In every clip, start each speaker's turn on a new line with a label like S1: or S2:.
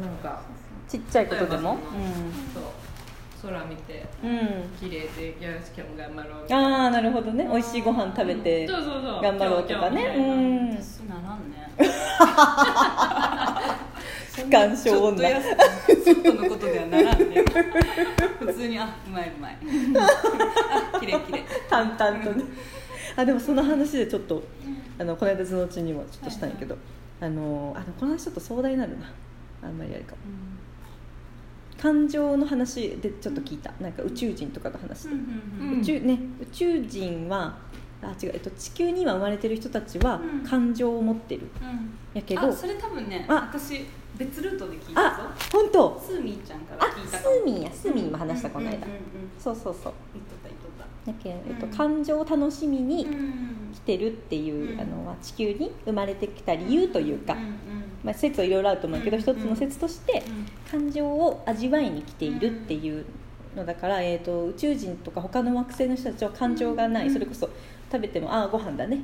S1: なんか
S2: ちっちゃいことでも
S1: そう空見て
S2: うん、うん
S1: 綺麗でよし今日も頑張ろうみたいな
S2: ああなるほどね美味しいご飯食べて
S1: そうそうそう
S2: 頑張ろうとかね
S1: 今日今日みたい
S2: う
S1: な
S2: ん
S3: 私ならんね
S2: 不干
S3: ち
S2: 渉
S3: ょっとや
S2: 女
S3: 外のことではならんね普通にあうまいうまいあきれいきれい
S2: 淡々とねあでもその話でちょっとあのこの間頭脳中にもちょっとしたんやけど、あのあでもこの話ちょっと壮大になるなあんまりあれかも感情の話でちょっと聞いた、なんか宇宙人とかの話で、
S1: うん
S2: 宇宙ね、宇宙人はあ違う、えっと、地球に今生まれてる人たちは
S3: うん
S2: 感情を持ってる、やけど
S3: あそれ多分ね
S2: あ
S3: 私別ルートで聞いたぞ
S2: あ本当
S3: スーミーちゃんから
S2: あ
S3: 聞いた
S2: ス
S3: か
S2: ー
S3: も
S2: ミンやスーミンも話したこの
S3: うん
S2: 間、
S3: うんうんうん
S2: そうそうそう
S3: 言っとった言っとった
S2: だけん、えっと
S3: うん
S2: 感情を楽しみに
S3: うん
S2: 来てるっていう、
S3: うん
S2: あの地球に生まれてきた理由というか、
S3: うんうん
S2: まあ、説はいろいろあると思うけど、
S3: うん
S2: 一つの説として
S3: うん
S2: 感情を味わいに来ているっていうのだから、えー、と宇宙人とか他の惑星の人たちは感情がない、
S3: うん
S2: それこそ食べてもああご飯だね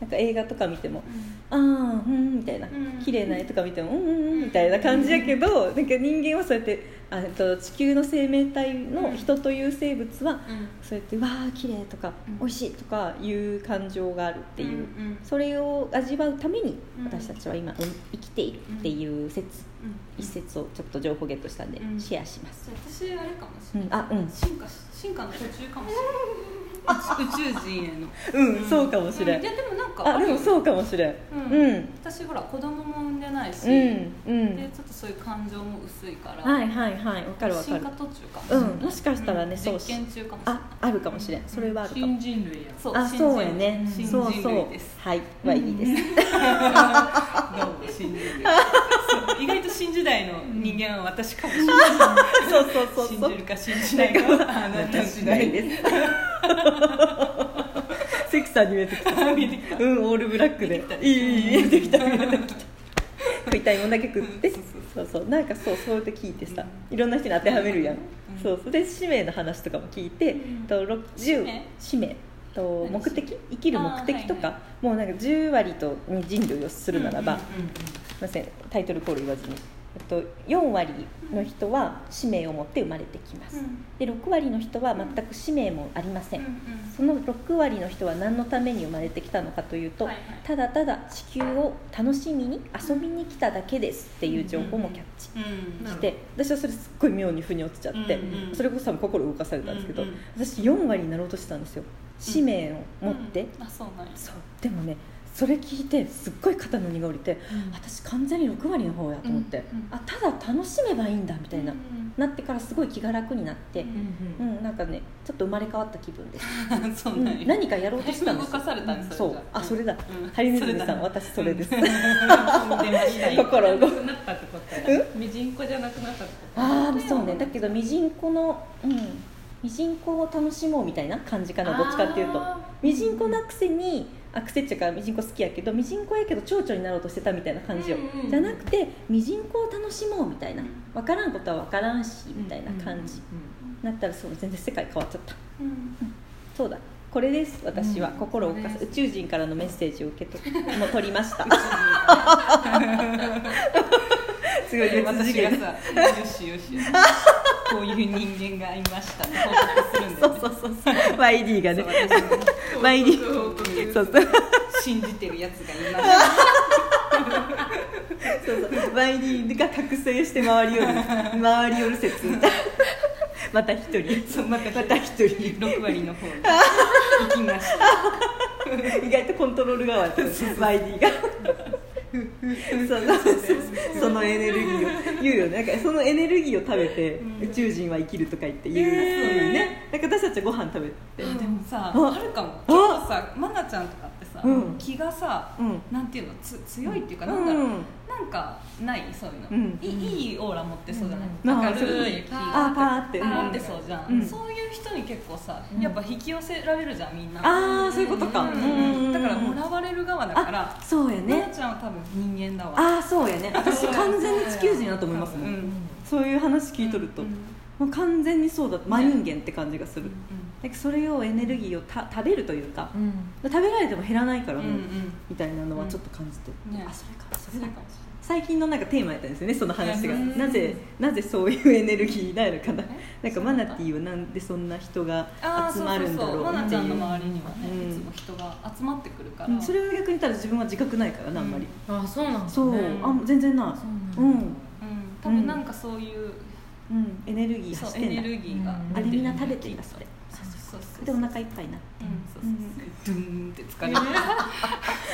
S2: なんか映画とか見ても
S3: う
S2: ああうんみたいな、
S3: うん
S2: 綺麗な絵とか見てもうんうんうんみたいな感じやけど、なんか人間はそうやってあえっと地球の生命体の人という生物は、
S3: んうん
S2: そうやって「わあ綺麗とか
S3: うん
S2: 「美味しい」とかいう感情があるっていう、
S3: うんうん
S2: それを味わうために
S3: うん
S2: 私たちは今、うん生きているっていう説、
S3: うん
S2: 一説をちょっと情報ゲットしたんで
S3: うん
S2: シェアします、
S3: 私あれかもし
S2: う
S3: れ
S2: ん
S3: ない、
S2: あうん
S3: 進化し進化の途中かもしれない宇宙人への
S2: うん、そうかもしれ、
S3: うんいやでもなんか
S2: あでも
S3: う
S2: そうかもしれん
S3: うん、
S2: うん
S3: 私ほら子供も産んでないし、
S2: うんう
S3: で
S2: ん
S3: ちょっとそういう感情も薄いから、
S2: はいはいはいわかるわか
S3: 進
S2: る
S3: 化途中かもしれ
S2: う
S3: ない、
S2: んもしかしたらね、そう
S3: 実験中かもしれない
S2: ああるかもしれんそれはあるかも、
S1: 新人類やん
S3: そう
S2: あ
S3: 新
S2: そうや
S3: 人類
S2: ね、
S3: 新
S2: そう
S3: 人
S2: そう
S3: 類です
S2: はいはいいいです、
S1: どう も新人類
S3: 意外と新時代の人間は私かもしれ
S2: そうそうそ
S3: ない信
S2: うそう
S3: じるか信じ ないかはあなた
S2: 私
S3: 次
S2: ない
S3: 第で
S2: です。関さんに見えてきた。
S3: 見えてきた
S2: うん、オールブラックで。いいいい見えてきた見えて きた。食いたいもんだけ食って。
S3: うん
S2: そうそうなんかそうそうやって聞いてさ、いろんな人に当てはめるやん。
S3: ん
S2: そうそうで使命の話とかも聞いて、
S3: うん
S2: と六
S3: 使
S2: 十
S3: 命
S2: 使命。と
S3: 何
S2: 目的生きる目的とか、
S3: あ
S2: もうなんか10割とに人類をするならば、
S3: うんうんうん
S2: すいませんタイトルコール言わずに、えっと、4割の人は使命を持って生まれてきます、
S3: うん
S2: で6割の人は全く使命もありません、
S3: うんうん
S2: その6割の人は何のために生まれてきたのかというと、
S3: はいはい
S2: ただただ地球を楽しみに遊びに来ただけですっていう情報もキャッチ
S3: うん
S2: して、私はそれすっごい妙に腑に落ちちゃって、
S3: うんうん
S2: それこそ多分心動かされたんですけど、
S3: うんうん
S2: 私4割になろうとしてたんですよ使命を持って、
S3: うんあそうなんや
S2: そうでもねそれ聞いてすっごい肩の荷が下りて私完全に6割の方やと思って、
S3: うんうん
S2: あただ楽しめばいいんだみたいな、
S3: うん
S2: なってからすごい気が楽になって、
S1: うん
S2: うんなんかねちょっと生まれ変わった気分です、
S3: うん そうなん
S2: うん
S3: や
S2: 何かやろうとしたんです
S3: 動かされたんです
S2: そ
S3: よ
S2: うあそれだ、
S3: うん
S2: ハリネズミ
S3: それ
S2: さ
S3: だ
S2: ん私それです、
S3: うん
S2: あ
S3: 出ました
S1: ミジン
S3: よ
S1: コじゃ
S2: 心
S1: な
S2: 動
S1: くなったってことやミジンコじゃなくなったってこと
S2: あーそうねだけどミジンコのうんミジンコを楽しもうみたいな感じかなどっちかっていうと
S1: あー
S2: ミジンコなくせにあくせっていうかミジンコ好きやけどミジンコやけど蝶々になろうとしてたみたいな感じよ、
S3: うんうんうん
S2: じゃなくてミジンコを楽しもうみたいな
S3: うん
S2: 分からんことは分からんしみたいな感じ、
S1: うんうん
S2: なったらそう全然世界変わっちゃった
S3: うん
S2: そうだこれです私は、
S1: うん
S2: 心を動か
S1: そ
S2: す
S1: れ
S2: 宇宙人からのメッセージを受け取 っもう取りました す ごい別次
S3: 私が
S2: 元
S3: さ「よしよしよし」こういう人間がいましたって報告するんだ
S2: そ
S3: よね
S2: うそうそうそう YD がね
S3: そう私が
S2: 毎日
S1: 報
S2: そ
S1: 告
S2: うそうそうそう
S3: 信じてるやつがいました
S2: そう YD が覚醒して回り寄る回り寄る説また一人
S3: そうまた
S2: また一人
S3: 6割の方に行きました
S2: 意外とコントロール側だった YD がそうそうそうそのエネルギーを言うよねなんかそのエネルギーを食べて宇宙人は生きるとか言って言う
S3: えー
S2: ねだから私たちはご飯食べて
S3: でもさ
S2: あ
S3: あるかもちょっとさ愛菜ちゃんとかってさ
S2: うん
S3: 気がさ
S2: うん
S3: なんていうのつ強いっていうかなんだろうなんかないそういうの、
S2: うん
S3: いいいいオーラ持ってそうじゃない、
S2: うん
S3: 明
S2: まあそう
S3: るい気
S2: あーパーって
S3: 持ってそうじゃん、
S2: うん
S3: そういう人に結構さ
S2: うん
S3: やっぱ引き寄せられるじゃんみんな
S2: ああそういうことか、
S3: うんだからも
S2: う
S3: らわれる側だから
S2: あそうや
S3: ね
S2: ね
S3: ちゃんは多分人間だわ
S2: ああそう やね私完全に地球人だと思いますもん、
S3: うん
S2: そういう話聞いとると、
S3: うん
S2: もう完全にそうだ真人間って感じがする、
S3: う
S2: なんかそれをエネルギーをた食べるというか、
S1: うん
S2: 食べられても減らないから
S3: んう
S2: もう、
S3: んうん
S2: みたいなのはちょっと感じて、
S3: うんね
S2: あそれか
S3: それかもしれない
S2: 最近のなんかテーマやったんですよねその話が
S3: うん
S2: なぜなぜそういうエネルギーになるかな
S3: え
S2: なんかマナティーはなんでそんな人が
S3: あー
S2: 集まるんだろう
S3: そうそうそうマ
S2: っ
S3: ナ
S2: て
S3: ち
S2: い
S3: ゃんの
S2: う
S3: 周りにはね、
S2: うん
S3: いつも人が集まってくるから、
S2: うんそれを逆に言ったら自分は自覚ないからなあんまり、
S4: あそうなんだね
S2: そう、あ全然な
S4: そうなんだ
S2: いうん、
S3: うん、多分なんかそういう、
S2: うん、エネルギー
S3: そう
S2: 走っ
S3: エ
S2: てん
S3: ネ
S2: だ
S3: ルギーが
S4: うん
S2: あ
S3: 出て
S2: れ
S3: る
S2: みんな食べてんだそれ
S3: そうそうそう
S2: でお腹いっぱいにな
S3: うんそうそうそうドゥーンって疲れる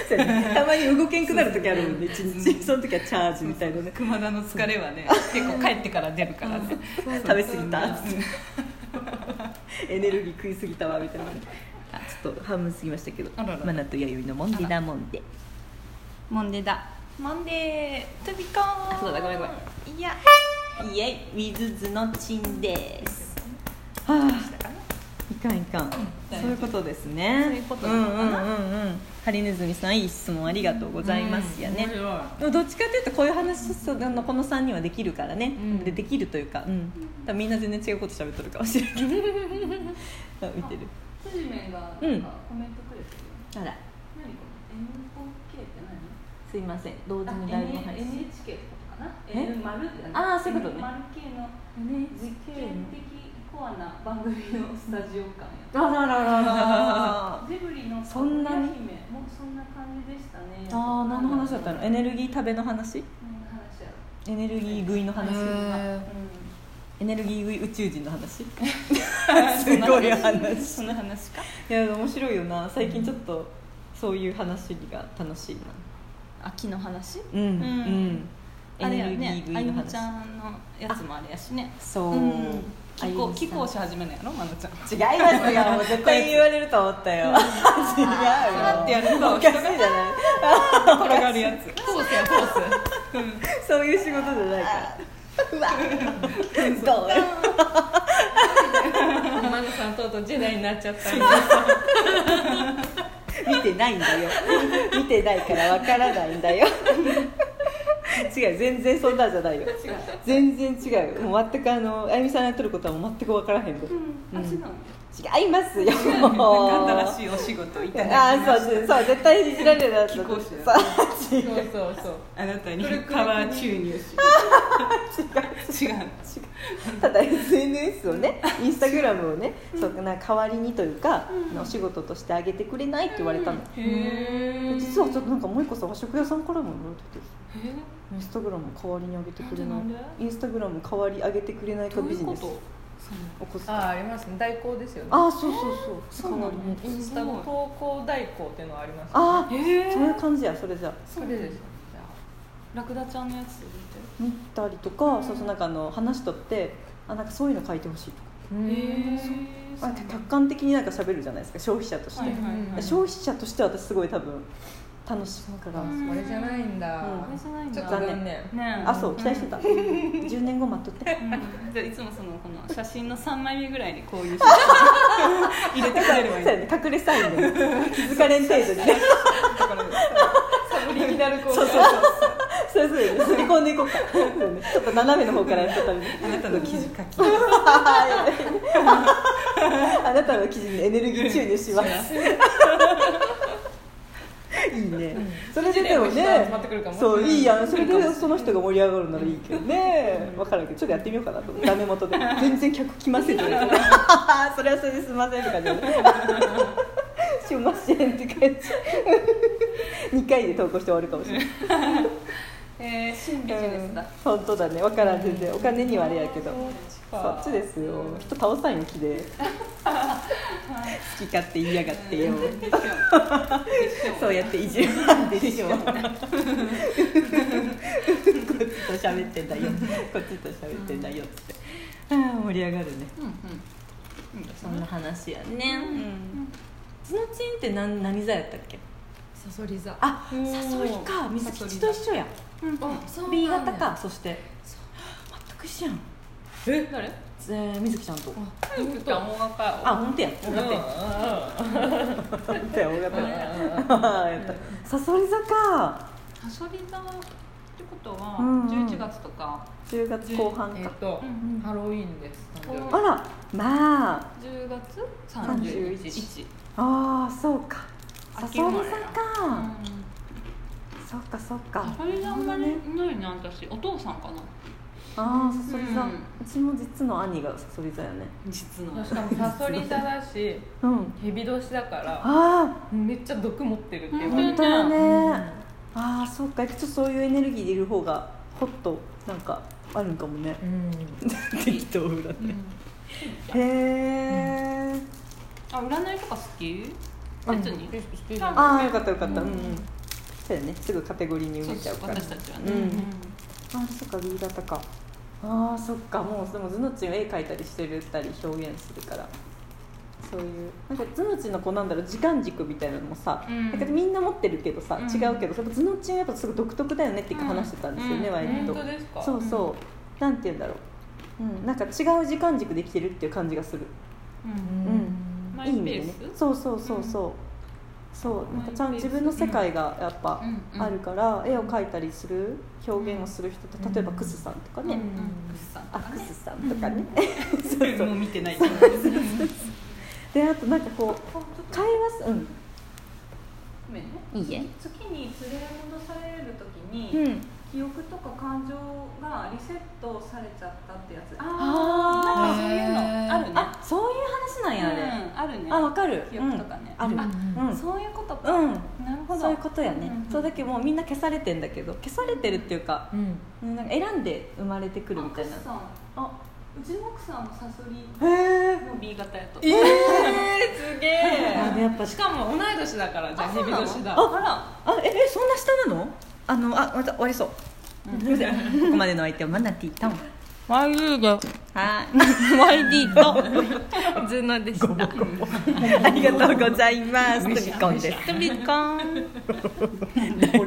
S2: そうやねたまに動けんくなる時あるもんね一日その時はチャージみたいなね
S3: 熊田の疲れはね結構帰ってから出るからね
S2: 食べ過ぎたエネルギー食い過ぎたわみたいなあちょっと半分過ぎましたけど
S3: あらら
S2: マナと弥生のモンデだモンデ
S4: モンデだ
S3: マンデー飛びコーン
S2: そうだごめんご
S3: めんいや
S2: イエイウィズズのチンですはあいかんいかん、そういうことですね
S3: そういうこと
S2: う
S3: なんの
S2: うん
S3: か
S2: うん
S3: な
S2: うんハリネズミさんいい質問ありがとうございますやね、
S1: 面白い
S2: でもどっちかというとこういう話そうあのこの3人はできるからね、
S4: ん
S2: でできるというか,、うん、多分みんな全然違うこと喋っとるかもしれないけどあ見てる
S3: 辻面がなんか
S2: う
S3: コ
S2: ん
S3: メントくれてるよ
S2: あら
S3: 何これ N4K って何
S2: すいません同時に
S3: あ
S2: ライブ配
S3: N-
S2: 信
S3: NHK ってことかな
S2: え
S3: N 丸ってなん
S2: あーそういうことね
S3: N 丸系の
S2: NHK
S3: 実験的コアな番組のスタジオ感や
S2: あららららら
S3: ジブリの
S2: そんなに
S3: かぐや姫もそんな感じでしたね
S2: あー何の話だったのエネルギー食べの話
S3: 何の話やろ
S2: エネルギー食いの話
S4: へ
S2: エネルギー食い宇宙人の 話 すごい話
S3: その話か
S2: いや面白いよな最近ちょっとそういう話が楽しいな
S3: 秋の話
S2: うんうん、エ
S3: あれ
S2: ネ
S3: や
S2: ルギー
S3: ね
S2: 食
S3: あ
S2: い
S3: ゆ
S2: の
S3: み
S2: 話
S3: ちゃんのやつもあれやしね
S2: そう、
S3: うん気候
S2: 気
S3: 気候し始めのやろまなちゃん
S2: 違いますよもう絶対言われると思ったよ違うよ
S3: さってやると
S2: おかしいじゃない
S3: 転がるやつ
S4: コースやコース
S2: そういう仕事じゃないからうわどう
S1: マナさんとうとう時代になっちゃったんで
S2: 見てないんだよ見てないからわからないんだよ違う全然そんなんじゃないよ全然違うもう全くあのあゆみさんがやってることはもう全く分からへんで、
S3: あ違うの
S2: 違いますよ
S3: 新しいお仕事いただ
S2: あ
S3: きま
S2: ー
S3: し
S2: そうそう絶対いじられるなと
S3: 貴
S2: 思っ
S3: 公
S2: て
S3: 子や
S2: そう違う
S1: すそうそうそう
S3: たあなたにパワー注入し違う
S2: ただ SNS をねインスタグラムをね、そうな代わりにというか、お仕事としてあげてくれないって言われたの、
S1: へえ
S2: 実はちょっとなんかもう一個さ和食屋さんからも言われててインスタグラム代わりにあげてくれな
S3: なんでなん
S2: いインスタグラム代わりあげてくれないか
S3: どうい
S2: ビ
S3: う
S2: ジ
S3: こ
S2: ネス
S3: と
S2: 起こす
S1: ああありますね代行ですよね
S2: ああそうそうそ
S3: そ
S2: う
S3: うなの
S2: 代わりに
S1: インスタの投稿代行っていうのはあります
S2: ああ、
S3: へ
S2: そういう感じやそれじゃ
S1: それですよじゃ
S3: ラクダちゃんのやつ見て
S2: 見たりとか、そうそうなんかあの話しとってあなんかそういうの書いてほしいとか
S1: あ
S2: あ客観的になんか喋るじゃないですか消費者として、
S3: はいはいはい
S2: 消費者としては私すごい多分楽しいから、
S3: うん
S1: これじゃないんだ
S2: うん
S3: あれじゃないん
S1: ち
S3: だ
S1: ょっと
S2: 残
S1: 残念
S3: ね
S2: あそう期待して た、10年後待っとって
S3: うんじゃあいつもそのこの写真の三枚目ぐらいにこう いう写真入れてくれればいい
S2: そうやね隠れサ インで気づかれん程度にね
S3: だからサブリミナル効果
S2: そうそうそう そうそうやね刷り込んでいこうかそうねちょっと斜めの方からやっとったりね
S3: あなたの記事書き
S2: あなたの記事にエネルギー注入しますいいね、それででも
S1: 一年後に人
S2: ね
S1: 集まってくるかも
S2: そう
S1: うん
S2: いいやんそれでその人が盛り上がるならいいけどね分からんけどちょっとやってみようかなとダメ元で 全然客来ません とか言ってそれはそれですいませんとか ねしませんって感じ2回で投稿して終わるかもしれない
S3: えー新ビジネスだ
S2: うん本当だね分からん全然お金にはあれやけどそ
S1: か
S2: っちですよ人倒さんよ木で好き勝手言いやがってよそうやっていじるんでしょこっちと喋ってんだよこっちと喋ってんだよってあー盛り上がるね
S3: うんうん
S2: そんな話やね
S3: うん
S2: ズノチンって何何座やったっけ
S4: サソリ座
S2: あ
S1: おー
S2: サソリか水吉と一緒
S4: あ
S2: や
S4: そうなん
S2: B
S4: や
S2: 型かそして全く一緒やん
S1: え誰
S2: えー水木ちゃんと
S1: ゆうきちゃん大若い
S2: あ本当や
S1: うん
S2: 本
S1: うん
S2: 当や本当や大型や
S1: うん
S2: あ やったサソリ座か
S3: ハソリ座ってことは
S2: うんうん
S3: 11月とか
S2: 10月後半
S1: えっ
S2: か
S1: と
S3: うん
S1: ハロウィーンです誕生日
S2: あらまあ
S3: 10月
S2: 31
S3: 31日
S2: ああそうかサ
S3: 秋
S2: ソ
S3: 生
S2: リ
S3: ま
S2: 座
S3: れ
S2: か、そっかそっか
S1: サソリ座あんまりいないな私お父さんかな
S2: ああサソリ座、う
S1: うん
S2: ちも実の兄がサソリ座やね
S3: 実の
S1: しかもサソリ座だし
S2: うん
S1: 蛇年だから
S2: あ
S1: めっちゃ毒持ってるって
S2: あ
S1: 言われ
S2: 本
S1: て
S2: 当だね、
S1: うん
S2: ああそっかちょっとそういうエネルギーでいる方がホッとなんかあるんかもね適当裏ねへえ、
S3: あ占いとか好き
S2: うん
S3: 別に
S2: ああよかったよかったう
S3: うん
S2: ん、うんそうやねすぐカテゴリーに埋
S3: そう
S2: めちゃうから
S3: 私たちは
S2: う
S3: ね、
S2: んあそっか B 型かあーそっかもうでもズノチンは絵描いたりしてるったり表現するからそういうなんかズノチンのこうなんだろう時間軸みたいなのもさ、
S1: うん
S2: なんかみんな持ってるけどさ、
S1: うん
S2: 違うけどやっぱズノチンはやっぱすごい独特だよねっていうか話してたんですよね、
S3: うん
S2: 割と、
S1: 本当ですか
S2: そうそう、なんて言うんだろううん、なんか違う時間軸できてるっていう感じがする
S3: うん
S2: うん
S3: マ
S2: い
S3: イ
S2: い
S3: ペ
S2: 意味で
S3: ー
S2: ね
S3: ス
S2: そうそうそうそう、そうなんかちゃん
S3: マイペース
S2: 自分の世界がやっぱ
S3: うんうん
S2: あるから、絵を描いたりする表現をする人って例えばクスさんとかね、
S3: うんクスさんと
S2: ア
S3: か
S2: ク
S3: ね
S2: スさんとかねそうそ
S3: もう
S2: う
S3: 見てないけど
S2: であとなんかこう会話すうん
S3: ね
S2: いいえ
S3: 月に連れ戻されるときに、
S2: うん
S3: 記憶とか感情がリセットされちゃったってやつ
S2: あ
S3: なんかそういうのあるね
S2: あそういう話なんやあれ、
S3: うんあるね
S2: あわかる
S3: 記憶とかね
S2: うんある
S1: うん
S2: うん
S3: そういうことか、
S2: うん
S3: なるほど
S2: そういうことやね、
S3: うんうん
S2: そうだけどもうみんな消されてんだけど消されてるっていうか,、
S1: うん
S2: うん、なんか選んで生まれてくるみたいな
S3: 奥さん
S2: あ
S3: うちの奥さんもサソリ
S2: へえ
S3: の B 型やと
S2: え
S1: すげ
S2: あで
S1: え
S2: やっぱ
S1: しかも同い年だからじゃあ蛇年だ
S2: あ
S3: あ
S2: あええそんな下なのあのあまた終わりそう、すみませんここまでの相手はマナティーと
S4: ワイルド
S2: はい
S4: ワイリーとズノでした
S2: ありがとうございます飛び込んです
S4: 飛び込ん
S2: 何